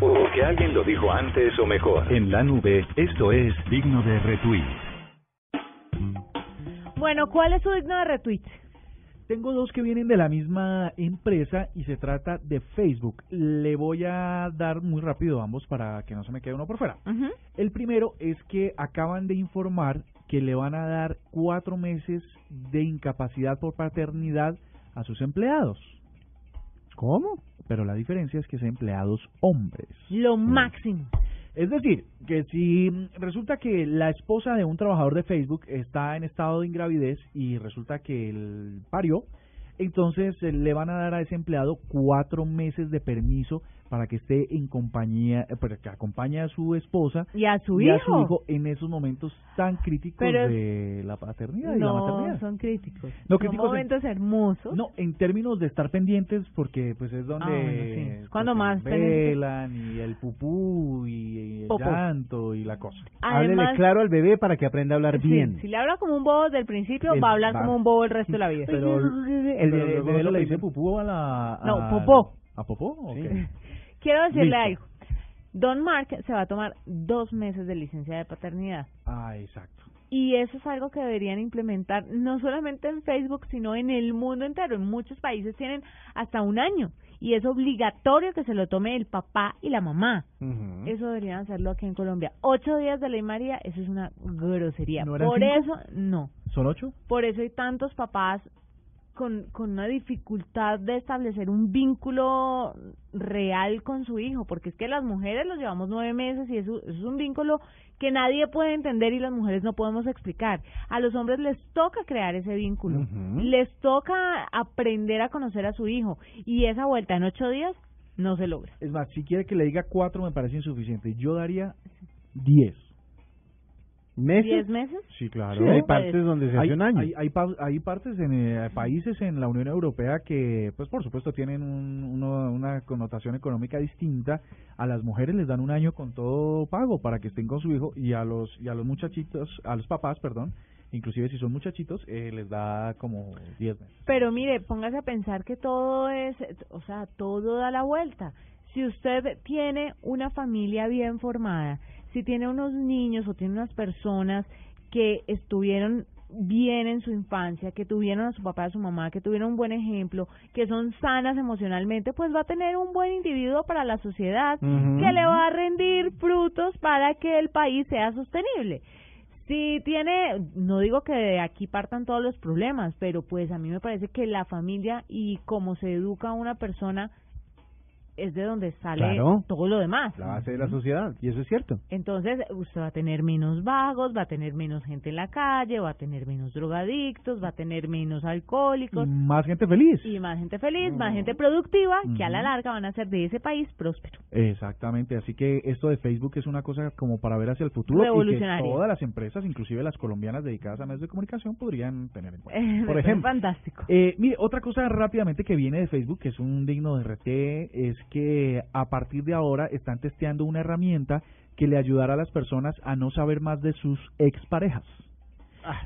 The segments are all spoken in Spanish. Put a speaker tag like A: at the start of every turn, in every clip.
A: Porque alguien lo dijo antes o mejor.
B: En la nube, esto es digno de retweet.
C: Bueno, ¿cuál es su digno de retweet?
D: Tengo dos que vienen de la misma empresa y se trata de Facebook. Le voy a dar muy rápido ambos para que no se me quede uno por fuera. El primero es que acaban de informar que le van a dar cuatro meses de incapacidad por paternidad a sus empleados. ¿Cómo? Pero la diferencia es que son empleados hombres.
C: Lo máximo.
D: Es decir, que si resulta que la esposa de un trabajador de Facebook está en estado de ingravidez y resulta que el parió, entonces eh, le van a dar a ese empleado cuatro meses de permiso para que esté en compañía, eh, para que acompañe a su esposa
C: ¿Y a su
D: y
C: hijo?
D: a su hijo en esos momentos tan críticos
C: Pero-
D: de la paternidad y la
C: No,
D: maternidad.
C: son críticos.
D: No,
C: son
D: críticos en-
C: momentos hermosos.
D: No, en términos de estar pendientes, porque pues es donde
C: Ah, bueno, sí.
D: pues,
C: Cuando
D: se
C: más pendientes.
D: velan y el pupú y el
C: Popó.
D: llanto y la cosa.
C: Además-
D: claro al bebé para que aprenda a hablar
C: Sí, si le habla como un bobo desde el principio,
D: El-
C: va a hablar
D: va.
C: como un bobo el resto de la vida.
D: Pero el
E: pero
D: bebé,
E: luego
D: bebé
E: no
D: le
E: le
D: dice
E: dicen-
D: pupú a la...
C: No,
D: a-
C: popó.
D: ¿A popó? Ok.
C: Quiero decirle
D: Listo.
C: algo. Don Mark se va a tomar dos meses de licencia de paternidad.
D: Ah, exacto.
C: Y eso es algo que deberían implementar no solamente en Facebook, sino en el mundo entero. En muchos países tienen hasta un año y es obligatorio que se lo tome el papá y la mamá. Eso deberían hacerlo aquí en Colombia. Ocho días de ley María, eso es una grosería.
D: ¿No eran
C: Por
D: cinco?
C: eso, no.
D: ¿Son ocho?
C: Por eso hay tantos papás con, con una dificultad de establecer un vínculo real con su hijo, porque es que las mujeres los llevamos nueve meses y eso, eso es un vínculo que nadie puede entender y las mujeres no podemos explicar. A los hombres les toca crear ese vínculo, les toca aprender a conocer a su hijo y esa vuelta en ocho días no se logra.
D: Es más, si quiere que le diga cuatro me parece insuficiente. Yo daría diez.
C: ¿Diez meses?
D: Sí, claro.
C: Sí, hay
E: partes donde se hace un año.
D: Hay, hay pa- hay partes en eh, países en la Unión Europea que, pues por supuesto, tienen un- uno- una connotación económica distinta. A las mujeres les dan un año con todo pago para que estén con su hijo y a los y a los muchachitos, a los papás, perdón, inclusive si son muchachitos, eh, les da como 10 meses.
C: Pero mire, póngase a pensar que todo es, o sea, todo da la vuelta. Si usted tiene una familia bien formada, si tiene unos niños o tiene unas personas que estuvieron bien en su infancia, que tuvieron a su papá, a su mamá, que tuvieron un buen ejemplo, que son sanas emocionalmente, pues va a tener un buen individuo para la sociedad que
E: Mm.
C: le va a rendir frutos para que el país sea sostenible. Si tiene, no digo que de aquí partan todos los problemas, pero pues a mí me parece que la familia y cómo se educa una persona es de donde sale
E: Claro.
C: todo lo demás.
E: La base de la sociedad, y eso es cierto.
C: Entonces usted va a tener menos vagos, va a tener menos gente en la calle, va a tener menos drogadictos, va a tener menos alcohólicos
D: Y
E: Mm.
D: más gente feliz.
C: y más gente feliz, más gente productiva, que a la larga van a hacer de ese país próspero.
D: Exactamente, así que esto de Facebook es una cosa como para ver hacia el futuro y que
C: Revolucionaria.
D: todas las empresas, inclusive las colombianas dedicadas a medios de comunicación, podrían tener en
C: Me
D: cuenta. Por
C: parece
D: ejemplo,
C: fantástico.
D: Eh, mire, otra cosa rápidamente que viene de Facebook, que es un digno de RT, es que a partir de ahora están testeando una herramienta que le ayudará a las personas a no saber más de sus exparejas.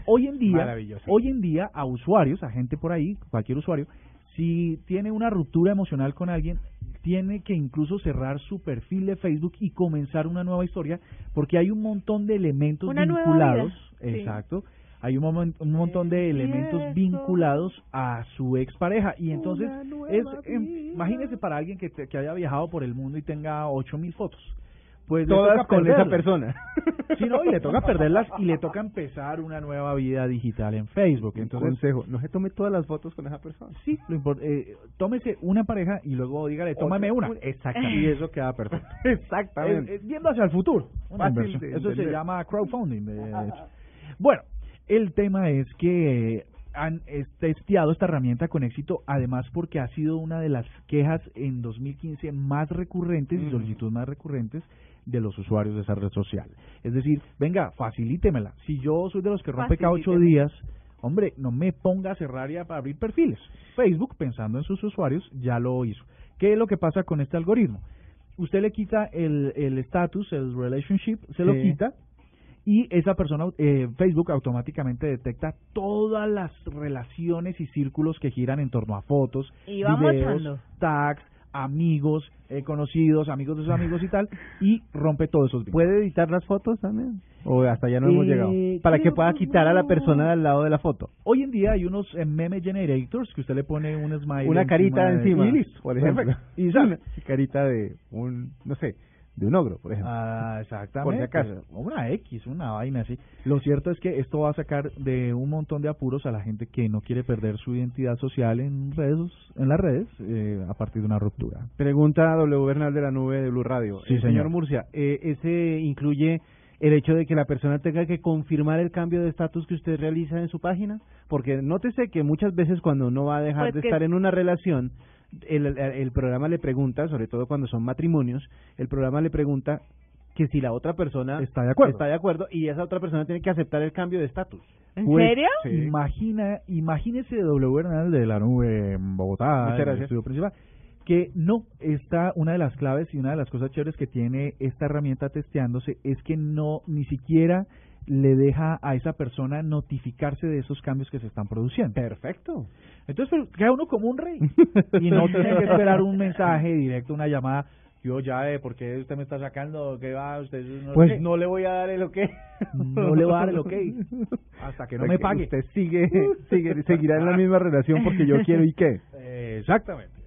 D: Hoy en día,
E: maravilloso.
D: hoy en día a usuarios, a gente por ahí, cualquier usuario, si tiene una ruptura emocional con alguien, tiene que incluso cerrar su perfil de Facebook y comenzar una nueva historia, porque hay un montón de elementos
C: Una nueva
D: vinculados,
C: vida, sí.
D: exacto, hay un, momen- un montón de elementos
C: cierto.
D: vinculados a su expareja y entonces
E: Una nueva
D: es, em,
E: vida.
D: imagínese para alguien que, te- que haya viajado por el mundo y tenga ocho mil fotos, pues le
E: Todas
D: toca
E: con esa
D: perderlas.
E: persona.
D: Sí, no, y le toca perderlas y le toca empezar una nueva vida digital en Facebook.
E: Entonces,
D: Entonces,
E: consejo, no se tome todas las fotos con esa persona.
D: sí, lo impor- eh, tómese una pareja y luego dígale, tómame una.
E: Exactamente.
D: Y eso queda perfecto.
E: Exactamente.
D: Eh, eh, Yendo hacia el futuro. Una
E: Fácil
D: inversión.
E: de
D: Eso se
E: entender.
D: llama crowdfunding, de de hecho. Bueno, el tema es que han eh, testeado esta herramienta con éxito, además porque ha sido una de las quejas en 2015 más recurrentes y
E: Ujú.
D: solicitudes más recurrentes de los usuarios de esa red social. Es decir, venga, facilítemela. Si yo soy de los que rompe cada ocho
C: Facilíteme.
D: días, hombre, no me ponga a cerrar y a abrir perfiles. Facebook, pensando en sus usuarios, ya lo hizo. ¿Qué es lo que pasa con este algoritmo? Usted le quita el el estatus, el, relationship, se lo
E: Sí.
D: quita y esa persona, eh, Facebook automáticamente detecta todas las relaciones y círculos que giran en torno a fotos,
C: Y va
D: videos,
C: mochando.
D: tags, amigos, eh, conocidos, amigos de sus amigos y tal, y rompe todos esos vínculos.
E: ¿Puede editar las fotos también? ¿O hasta ya no hemos
D: Eh,
E: llegado? Para que
D: creo
E: pueda
D: que
E: quitar a la
D: no.
E: persona de al lado de la foto.
D: Hoy en día hay unos eh, meme generators que usted le pone un smile.
E: Una carita
D: de-
E: encima,
D: y listo.
E: por ejemplo.
D: Perfecto.
E: Y una carita de un, no sé, de un ogro, por ejemplo.
D: Ah, exactamente.
E: Por si acaso.
D: Una X, una vaina así. Lo cierto es que esto va a sacar de un montón de apuros a la gente que no quiere perder su identidad social en redes, en las redes, eh, a partir de una ruptura.
E: Pregunta W. Bernal de la Nube de Blue Radio.
D: Sí,
E: Eh,
D: señor.
E: Murcia, eh, ¿ese incluye el hecho de que la persona tenga que confirmar el cambio de estatus que usted realiza en su página? Porque nótese que muchas veces cuando uno va a dejar
C: Pues
E: de
C: que-
E: estar en una relación, el, el- el programa le pregunta, sobre todo cuando son matrimonios, el programa le pregunta que si la otra persona
D: Está de acuerdo.
E: está de acuerdo y esa otra persona tiene que aceptar el cambio de estatus.
C: ¿En
D: Pues,
C: serio?
E: sí.
D: Imagina, imagínese W Bernal de la nube en Bogotá,
E: Muchas
D: en el
E: gracias.
D: estudio principal, que no está una de las claves y una de las cosas chéveres que tiene esta herramienta testeándose es que no ni siquiera le deja a esa persona notificarse de esos cambios que se están produciendo.
E: Perfecto.
D: Entonces
E: pues,
D: pero queda uno como un rey y no tiene que esperar un mensaje directo, una llamada. Yo ya, eh, ¿por qué usted me está sacando? ¿Qué va? Usted es un-
E: Pues
D: ¿qué?
E: no le voy a dar el ok.
D: No le voy a dar el ok. Hasta que no me pague.
E: Usted sigue, sigue, seguirá en la misma relación porque yo quiero y qué.
D: Eh, exactamente.